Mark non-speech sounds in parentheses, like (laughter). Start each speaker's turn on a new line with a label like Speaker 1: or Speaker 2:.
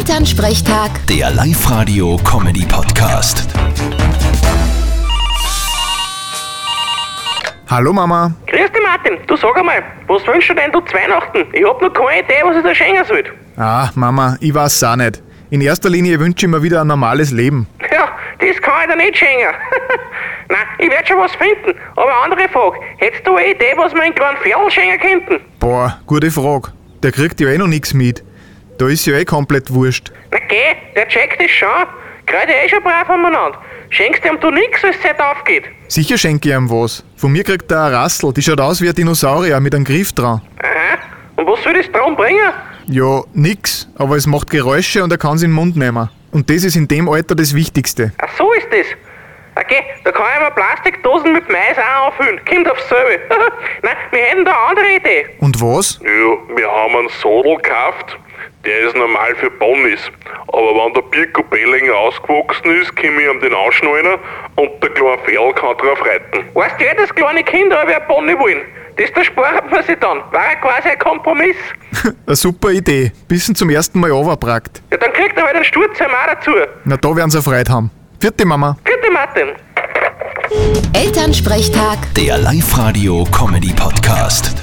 Speaker 1: Elternsprechtag,
Speaker 2: Der Live-Radio-Comedy-Podcast.
Speaker 3: Hallo Mama.
Speaker 4: Grüß dich, Martin. Du sag einmal, was wünschst du denn du zu Weihnachten? Ich hab noch keine Idee, was ich da schenken soll. (laughs)
Speaker 3: Ah, Mama, ich weiß auch nicht. In erster Linie wünsche ich mir wieder ein normales Leben.
Speaker 4: Ja, das kann ich dir nicht schenken. (laughs) Nein, ich werd schon was finden. Aber andere Frage, hättest du eine Idee, was wir in kleinen Pferl schenken könnten?
Speaker 3: Boah, gute Frage. Der kriegt ja eh noch nichts mit. Da ist ja eh komplett wurscht.
Speaker 4: Na geh, der checkt das schon. Gerade eh schon brav umeinander. Schenkst ihm du nix, als Zeit aufgeht.
Speaker 3: Sicher schenke ich ihm was. Von mir kriegt er eine Rassel, die schaut aus wie ein Dinosaurier mit einem Griff dran.
Speaker 4: Aha. Und was soll das drum bringen?
Speaker 3: Ja, nix, aber es macht Geräusche und er kann's in den Mund nehmen. Und das ist in dem Alter das Wichtigste.
Speaker 4: Ach so ist das. Okay, da kann ich mir Plastikdosen mit Mais auch anfüllen. Kommt aufs selbe. (laughs) Nein, wir hätten da eine andere Idee.
Speaker 3: Und was?
Speaker 5: Ja, wir haben einen Sodel gekauft. Der ist normal für Ponys. Aber wenn der Birko Bellinger ausgewachsen ist, komme ich ihm den anschneiden und der kleine Ferl kann drauf reiten.
Speaker 4: Weißt du, das kleine Kind habe ich ein Pony wollen. Das erspart man sich dann. War ja quasi ein Kompromiss.
Speaker 3: Eine super Idee. Bisschen zum ersten Mal overbragt.
Speaker 4: Ja, dann kriegt er halt einen Sturzheim auch dazu.
Speaker 3: Na, da werden's erfreut haben. Vierte Mama.
Speaker 4: Bitte, Martin.
Speaker 1: Elternsprechtag.
Speaker 2: Der Live-Radio-Comedy-Podcast.